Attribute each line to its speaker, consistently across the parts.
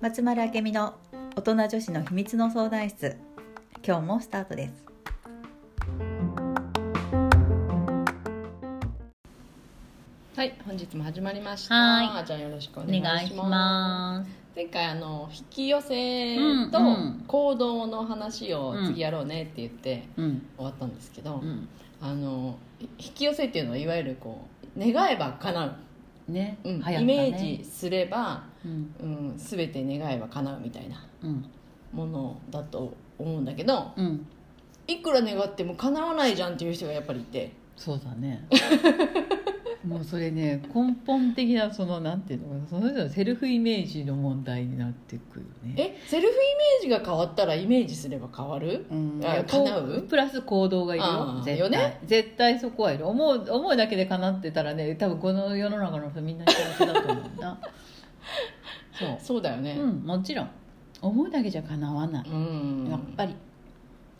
Speaker 1: 松丸明美の大人女子の秘密の相談室今日もスタートです
Speaker 2: はい、本日も始まりました。
Speaker 3: は
Speaker 2: じゃあよろしくお
Speaker 3: お
Speaker 2: 願いし
Speaker 3: 願
Speaker 2: ま
Speaker 3: い
Speaker 2: す。
Speaker 3: します。
Speaker 2: 前回あの引き寄せ
Speaker 3: うん
Speaker 2: と
Speaker 3: うん
Speaker 2: 行動の話を次やろうねって言って
Speaker 3: うん、
Speaker 2: 終わったんですけど、
Speaker 3: うん、
Speaker 2: あのい引き寄せっていうのはいわゆるこう願えば叶う、
Speaker 3: ね、
Speaker 2: う
Speaker 3: 流行
Speaker 2: ん
Speaker 3: ったね
Speaker 2: イメージ、すれば、
Speaker 3: うん、
Speaker 2: うん、全て願えば叶うみたいな
Speaker 3: うん、
Speaker 2: ものだと思うんだけど、
Speaker 3: うん、
Speaker 2: いくら願っても叶わないじゃんっていう人がやっぱりいて、
Speaker 3: そうだ ね。もうそれね、根本的なそのなんていうのかな、その人のセルフイメージの問題になってくるよね。
Speaker 2: えセルフイメージが変わったらイメージすれば変わる？
Speaker 3: うん、
Speaker 2: あ
Speaker 3: いや
Speaker 2: 叶う
Speaker 3: こプラス行動がいる
Speaker 2: あ
Speaker 3: よ
Speaker 2: ー
Speaker 3: 絶対
Speaker 2: よね
Speaker 3: 絶対そこはいる思う思うだけで叶ってたらね多分この世の中の人みんな幸せだと思うんだそう
Speaker 2: そうだよね。
Speaker 3: うんもちろん思うだけじゃ叶わない、
Speaker 2: うん
Speaker 3: やっぱり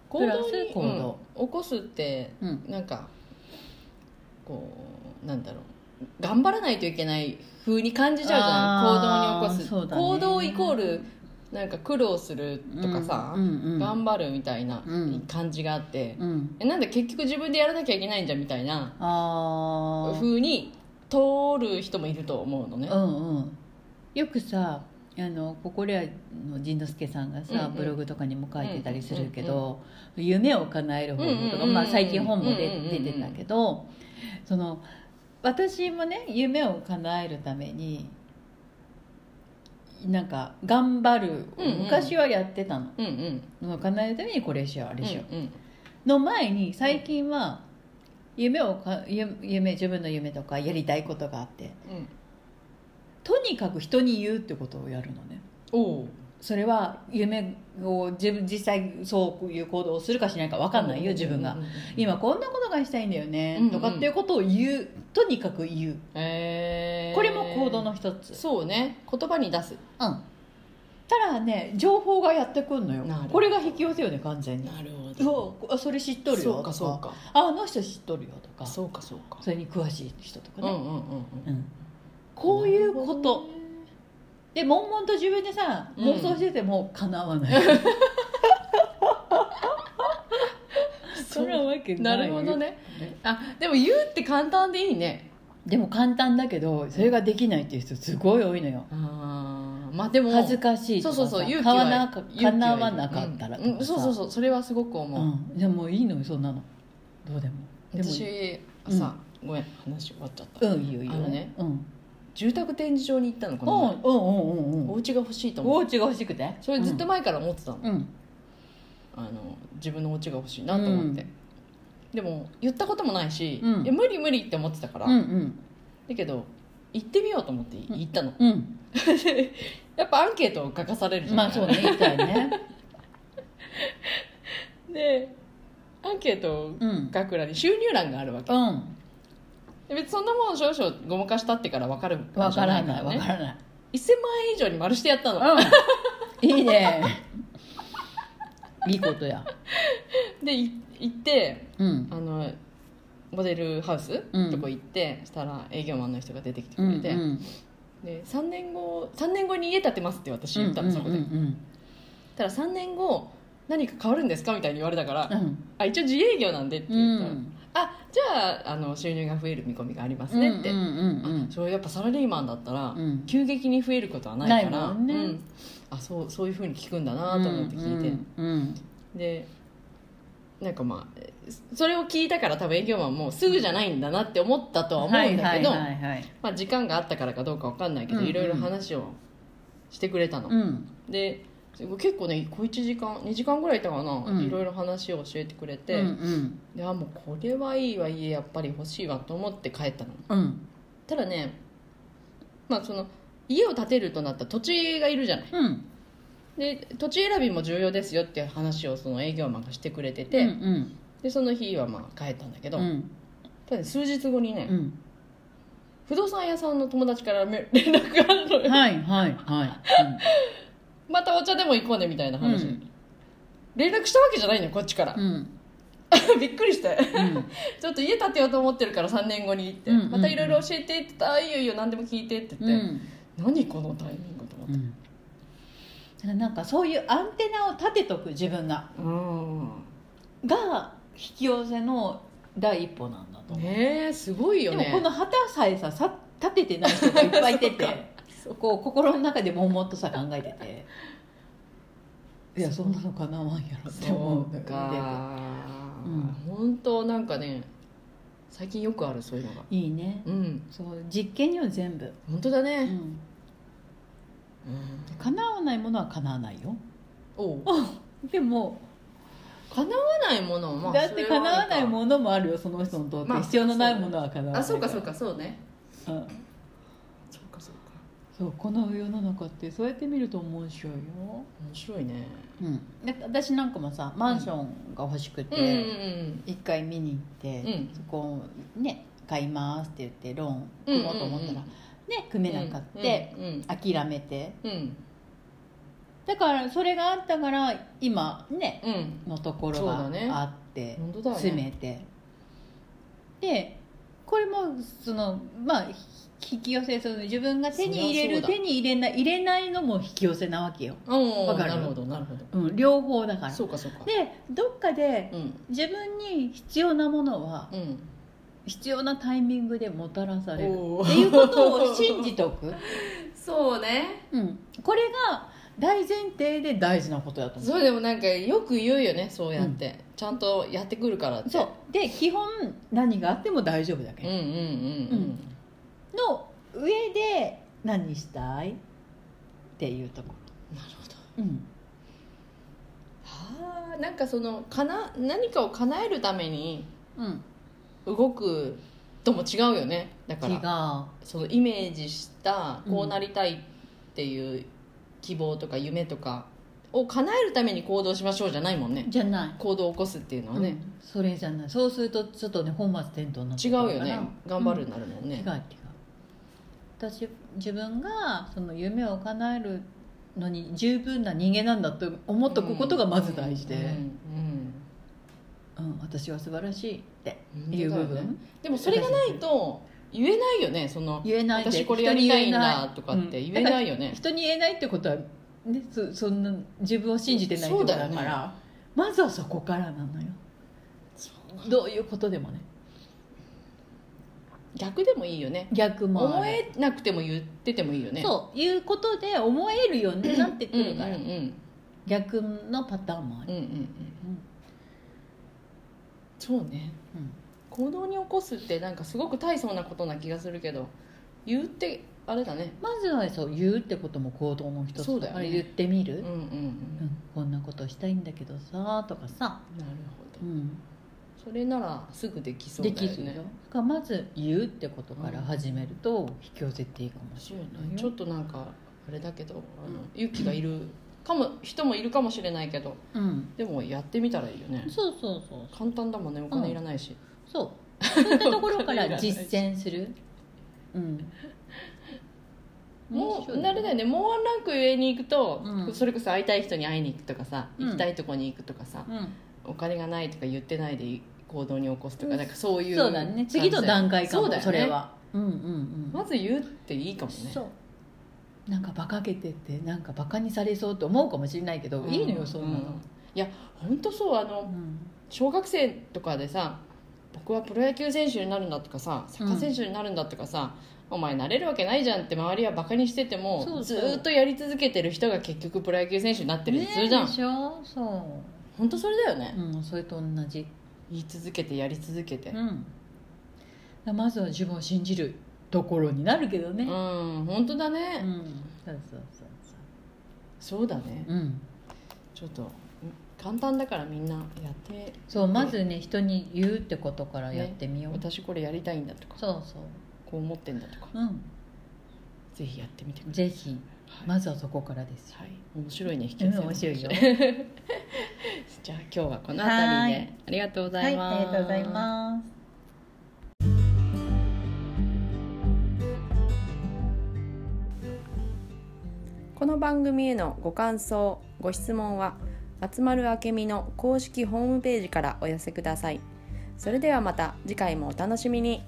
Speaker 2: 行動に
Speaker 3: プラス行動
Speaker 2: うん起こすって
Speaker 3: うん
Speaker 2: なんかこうなんだろう頑張らないといけない風に感じちゃうじゃん
Speaker 3: あー
Speaker 2: 行動に起こ
Speaker 3: そ
Speaker 2: す、
Speaker 3: うだね
Speaker 2: 行動イコールなんか苦労するとかさ、
Speaker 3: うんうんうん
Speaker 2: 頑張るみたいな
Speaker 3: うん
Speaker 2: 感じがあって、
Speaker 3: うん
Speaker 2: えなんだ結局自分でやらなきゃいけないんじゃんみたいな
Speaker 3: ああ
Speaker 2: 風に通る人もいると思うのね、
Speaker 3: うんうんよくさあのここレアの仁之助さんがさ、
Speaker 2: うんうん
Speaker 3: ブログとかにも書いてたりするけど、夢を叶える方法とか、
Speaker 2: うんうんうんうん
Speaker 3: まあ、最近本も出,、
Speaker 2: うんうんうんうん
Speaker 3: 出てたけどその私もね夢を叶えるためになんか頑張る、
Speaker 2: うんうん
Speaker 3: 昔はやってたの
Speaker 2: うんうん
Speaker 3: その叶えるためにこれしようあれしよう、
Speaker 2: うんうん
Speaker 3: の前に最近は夢をかゆ夢自分の夢とかやりたいことがあって
Speaker 2: うん
Speaker 3: とにかく人に言うってことをやるのね
Speaker 2: おう
Speaker 3: それは夢を自分実際そういう行動をするかしないか分かんないよ自分が
Speaker 2: うんうんうん
Speaker 3: 今こんなことがしたいんだよね
Speaker 2: うんうん
Speaker 3: とかっていうことを言うとにかく言う
Speaker 2: えー
Speaker 3: これも行動の一つうん
Speaker 2: そうね言葉に出す
Speaker 3: ただね情報がやってくんのよ
Speaker 2: なるほど
Speaker 3: これが引き寄せよね完全に
Speaker 2: なるほど
Speaker 3: そうあそれ知っとるよ
Speaker 2: そう
Speaker 3: と
Speaker 2: か
Speaker 3: か
Speaker 2: そうか
Speaker 3: ああの人知っとるよとかそ
Speaker 2: そうかそうか
Speaker 3: れに詳しい人とか
Speaker 2: うんうん
Speaker 3: ね、
Speaker 2: うんうん
Speaker 3: うんこういうことで悶々と自分でさ
Speaker 2: うん
Speaker 3: 妄想してても叶わない、
Speaker 2: そ
Speaker 3: んな
Speaker 2: う
Speaker 3: わけ
Speaker 2: なるほどねあでも言うって簡単でいいね
Speaker 3: でも簡単だけどそれができないっていう人すごい多いのよ
Speaker 2: あーまあでも
Speaker 3: 恥ずかしい
Speaker 2: そ
Speaker 3: と
Speaker 2: う
Speaker 3: か
Speaker 2: そう
Speaker 3: さ
Speaker 2: そう勇気
Speaker 3: 買わ
Speaker 2: は
Speaker 3: なか
Speaker 2: 勇気はいる
Speaker 3: 叶わなかったらと
Speaker 2: うんうん
Speaker 3: かさ
Speaker 2: そうそうそうそれはすごく思う、
Speaker 3: うんでももういいのよそんなのどうでもでも
Speaker 2: 私さ、ごめん話終わっちゃった、
Speaker 3: うんいいよいいよ
Speaker 2: あのね
Speaker 3: うん
Speaker 2: 住宅展示場に行ったのこ
Speaker 3: うん
Speaker 2: の
Speaker 3: うんうんうん
Speaker 2: 前お
Speaker 3: うん
Speaker 2: 家が欲しいと
Speaker 3: お
Speaker 2: 思う
Speaker 3: 家が欲しくて
Speaker 2: それずっと前から思ってたの、
Speaker 3: うんうん
Speaker 2: あの自分のお家が欲しいなと思って、
Speaker 3: うん
Speaker 2: でも言ったこともないし、
Speaker 3: うん
Speaker 2: いや無理無理って思ってたから、
Speaker 3: うんうん
Speaker 2: だけど行ってみようと思って行ったの、
Speaker 3: うん
Speaker 2: やっぱアンケートを書かされるじゃな
Speaker 3: ま
Speaker 2: い、
Speaker 3: あそうね一回ね
Speaker 2: でアンケートを
Speaker 3: うん
Speaker 2: 書く欄に収入欄があるわけ、
Speaker 3: うん
Speaker 2: で別にそんなもん少々ごまかしたってから分かる
Speaker 3: わからない
Speaker 2: わ
Speaker 3: わからない
Speaker 2: 1000万円以上に丸してやったの、
Speaker 3: うんいいねいいことや
Speaker 2: でい行って
Speaker 3: うん
Speaker 2: あのモデルハウス、
Speaker 3: うん
Speaker 2: とこ行ってしたら営業マンの人が出てきて
Speaker 3: う
Speaker 2: く
Speaker 3: ん
Speaker 2: れて、
Speaker 3: うん
Speaker 2: で3年後3年後に家建てますって私言ったの、そこで、
Speaker 3: うんうん
Speaker 2: ただ3年後何か変わるんですかみたいに言われたから、
Speaker 3: うん
Speaker 2: あ一応自営業なんでって
Speaker 3: う
Speaker 2: 言ったら、
Speaker 3: ん
Speaker 2: あじゃああの収入が増える見込みがありますねって、
Speaker 3: うんうんうんうん
Speaker 2: あそれやっぱサラリーマンだったら、
Speaker 3: うん
Speaker 2: 急激に増えることはないから
Speaker 3: ないもんね
Speaker 2: うんあそうそういうふうに聞くんだなと思って聞いて、
Speaker 3: うんうん
Speaker 2: でなんかまあそれを聞いたから多分営業マンもすぐじゃないんだなって思ったとは思うんだけど、
Speaker 3: はいはいはいはい
Speaker 2: まあ、時間があったからかどうかわかんないけど、
Speaker 3: うんうん
Speaker 2: いろいろ話をしてくれたの、
Speaker 3: うん
Speaker 2: で結構ね小1時間2時間ぐらいいたかな、
Speaker 3: うん
Speaker 2: いろいろ話を教えてくれて、
Speaker 3: うん
Speaker 2: であもうこれはいいわ家やっぱり欲しいわと思って帰ったの
Speaker 3: うんうん
Speaker 2: ただねまあその家を建てるとなったら土地がいるじゃない
Speaker 3: うん
Speaker 2: で土地選びも重要ですよっていう話をその営業マンがしてくれて
Speaker 3: う
Speaker 2: て、
Speaker 3: んうん
Speaker 2: でその日はまあ帰ったんだけど、
Speaker 3: うん
Speaker 2: ただね数日後にね、
Speaker 3: うん
Speaker 2: 不動産屋さんの友達からめ連絡がある のよ
Speaker 3: はいはいはい
Speaker 2: またお茶でも行こうねみたいな
Speaker 3: う
Speaker 2: 話、
Speaker 3: ん
Speaker 2: 連絡したわけじゃないのよこっちから、
Speaker 3: うん
Speaker 2: びっくりして ちょっと家建てようと思ってるから3年後に行って、
Speaker 3: うんうんうん
Speaker 2: またいろいろ教えてって言ったらあいいよいいよ何でも聞いてって
Speaker 3: うんう
Speaker 2: 言って、
Speaker 3: ん
Speaker 2: 何このタイミングと思って、
Speaker 3: だからなんかそういうアンテナを立てとく自分がが引き寄せの第一歩なんだと思う、
Speaker 2: ねえすごいよ
Speaker 3: でも
Speaker 2: ね
Speaker 3: この旗さえささ立ててない人がいっぱいいて
Speaker 2: そっか
Speaker 3: てこう心の中でもんもっとさ考えてていやそうなのかなワンやろって思
Speaker 2: そうう
Speaker 3: か
Speaker 2: か、
Speaker 3: うん
Speaker 2: 本当なんかね最近よくあるそういうのが
Speaker 3: いいね
Speaker 2: うん
Speaker 3: そう実験には全部、
Speaker 2: 本当だ
Speaker 3: う
Speaker 2: ね、
Speaker 3: ん、
Speaker 2: うん
Speaker 3: 叶わないものは叶わないよ
Speaker 2: おう
Speaker 3: でも、
Speaker 2: 叶わないものはまあ
Speaker 3: だって叶わない
Speaker 2: の
Speaker 3: ものもあるよその人にとって、
Speaker 2: まあ
Speaker 3: 必要のないものは叶わない
Speaker 2: あそうかそうかそうね
Speaker 3: うん
Speaker 2: そうかそうか
Speaker 3: そうこの世の中ってそうやって見ると面白いよ、
Speaker 2: 面白いね
Speaker 3: うん、で私なんかもさマンションが欲しくて、
Speaker 2: うんうん
Speaker 3: 一回見に行って、
Speaker 2: うん
Speaker 3: そこをね買いますって言ってローン
Speaker 2: うん
Speaker 3: 組もうと思ったら、
Speaker 2: うんうんうん
Speaker 3: ね組めなかった、
Speaker 2: うんうん
Speaker 3: 諦めて
Speaker 2: うん
Speaker 3: だからそれがあったから今ね
Speaker 2: うん、うん
Speaker 3: のところ
Speaker 2: そう
Speaker 3: が
Speaker 2: だね
Speaker 3: あって、
Speaker 2: 本当だよね
Speaker 3: 詰めてでこれもそのまあひ引き寄せその自分が手に入れる
Speaker 2: そりゃそうだ
Speaker 3: 手に入れない入れないのも引き寄せなわけよ、
Speaker 2: おー
Speaker 3: わかる
Speaker 2: なるほどなるほど
Speaker 3: うん、両方だから
Speaker 2: そうかそうか
Speaker 3: でどっかで
Speaker 2: うん
Speaker 3: 自分に必要なものは
Speaker 2: うん
Speaker 3: 必要なタイミングでもたらされる
Speaker 2: おー
Speaker 3: っていうことを信じておく、
Speaker 2: そうね
Speaker 3: うん、これが大前提で大事なことだと思
Speaker 2: そうれでもなんかよく言うよねそうやって、ちゃんとやってくるからって
Speaker 3: そうで基本何があっても大丈夫だけ、
Speaker 2: うんうんうん
Speaker 3: の上で何したいっていうとこ
Speaker 2: うんなるほど
Speaker 3: ろ、うん、
Speaker 2: はあなんかそのかな何かを叶えるために
Speaker 3: うん、
Speaker 2: 動くとも違うよねだか
Speaker 3: 違
Speaker 2: ら
Speaker 3: う
Speaker 2: そのイメージした
Speaker 3: うん
Speaker 2: こうなりたいっていう希望とか夢とかを叶えるために行動しましょうじゃないもんね
Speaker 3: じゃない、
Speaker 2: 行動を起こすっていうのは
Speaker 3: う
Speaker 2: ね、
Speaker 3: んそれじゃないそうするとちょっとね本末転倒になっ
Speaker 2: 違
Speaker 3: て
Speaker 2: う
Speaker 3: くる
Speaker 2: よ
Speaker 3: から
Speaker 2: ね頑張るになるもん
Speaker 3: うん違
Speaker 2: ね
Speaker 3: う違う私自分がその夢を叶えるのに十分な人間なんだと思っとくことがまず大事で、
Speaker 2: うん
Speaker 3: うん私は素晴らしいって
Speaker 2: うんうん
Speaker 3: いう部分、
Speaker 2: 本当だよねでもそれがないと言えないよねその
Speaker 3: 言えないで
Speaker 2: 私これやりたいんだとかって言え
Speaker 3: い
Speaker 2: ないよね
Speaker 3: 人に言えないってことは、ね、そそんな自分を信じてないってことだから
Speaker 2: そうだよ
Speaker 3: まずはそこからなのよどういうことでもね
Speaker 2: 逆でもいいよね
Speaker 3: 逆もあ
Speaker 2: 思
Speaker 3: る
Speaker 2: えなくても言っててもいいよね
Speaker 3: そういうことで思えるようになってく
Speaker 2: うんうん
Speaker 3: るから、
Speaker 2: うん
Speaker 3: 逆のパターンもあ
Speaker 2: うん
Speaker 3: る、
Speaker 2: うんうんそうね
Speaker 3: うん
Speaker 2: 行動に起こすってなんかすごく大層なことな気がするけど言うってあれだね
Speaker 3: まずはそう言うってことも行動の一つ
Speaker 2: そうだよね
Speaker 3: あれ言ってみる、
Speaker 2: うんうんうん
Speaker 3: うんこんなことしたいんだけどさとかさ、
Speaker 2: なる
Speaker 3: う
Speaker 2: ほど
Speaker 3: ん、
Speaker 2: それならすぐできそうだ
Speaker 3: で
Speaker 2: よね
Speaker 3: きるよだからまず言うってことから始めると引き寄せていいかもし
Speaker 2: そ
Speaker 3: れ
Speaker 2: う
Speaker 3: な
Speaker 2: ね
Speaker 3: いよ、
Speaker 2: ちょっとなんかあれだけどあの勇気がいるかも人もいるかもしれないけど
Speaker 3: うん、
Speaker 2: でもやってみたらいいよね
Speaker 3: そうそうそう
Speaker 2: 簡単だもんねお金いらないし、
Speaker 3: そうそういったところから実践するうん
Speaker 2: も
Speaker 3: 面白
Speaker 2: う
Speaker 3: い
Speaker 2: なるだよねもうワンランク上に行くと、
Speaker 3: うん
Speaker 2: それこそ会いたい人に会いに行くとかさ、
Speaker 3: うん
Speaker 2: 行きたいとこに行くとかさ
Speaker 3: うん
Speaker 2: お金がないとか言ってないで行動に起こすとか、
Speaker 3: うん
Speaker 2: なんかそういう
Speaker 3: そうだね次の段階かも
Speaker 2: そう
Speaker 3: そ,、
Speaker 2: だよね
Speaker 3: れはうんうんうん、
Speaker 2: まず言うっていいかもね
Speaker 3: そうなんかバカげててなんかバカにされそうと思うかもしれないけど、
Speaker 2: うん
Speaker 3: いいのよそんなの、
Speaker 2: うんいや本当そうあの
Speaker 3: うん
Speaker 2: 小学生とかでさ僕はプロ野球選手になるんだとかさサッカー選手になるんだとかさ、お前なれるわけないじゃんって周りはバカにしてても
Speaker 3: そうそう
Speaker 2: ずーっとやり続けてる人が結局プロ野球選手になってるりするじゃ
Speaker 3: ね
Speaker 2: ん、
Speaker 3: でしょそ
Speaker 2: 本当それだよね、
Speaker 3: う、うん、それと同じ、
Speaker 2: 言い続けてやり続けて
Speaker 3: うん、だからまずは自分を信じるところになるけど
Speaker 2: う
Speaker 3: ね、
Speaker 2: ん本当だね、
Speaker 3: うんそうそうそう
Speaker 2: そうだね
Speaker 3: そううん
Speaker 2: ちょっとん簡単だからみんなやって
Speaker 3: そうまずね人に言うってことからやってみよう、
Speaker 2: 私これやりたいんだとか
Speaker 3: そうそう
Speaker 2: こう思ってんだとか
Speaker 3: う
Speaker 2: ぜひやってみてくだ
Speaker 3: んぜひ
Speaker 2: さい、はい
Speaker 3: まずはそこからですよ
Speaker 2: はい、面白いね引き
Speaker 3: う
Speaker 2: 寄
Speaker 3: ん
Speaker 2: せの
Speaker 3: 面白いよ
Speaker 2: じゃあ今日はこの辺り
Speaker 1: は
Speaker 2: でありがとうござ
Speaker 1: はいい、
Speaker 2: ます、
Speaker 1: ありがとうございます。
Speaker 2: この番組へのご感想ご質問は松丸あけみの公式ホームページからお寄せくださいそれではまた次回もお楽しみに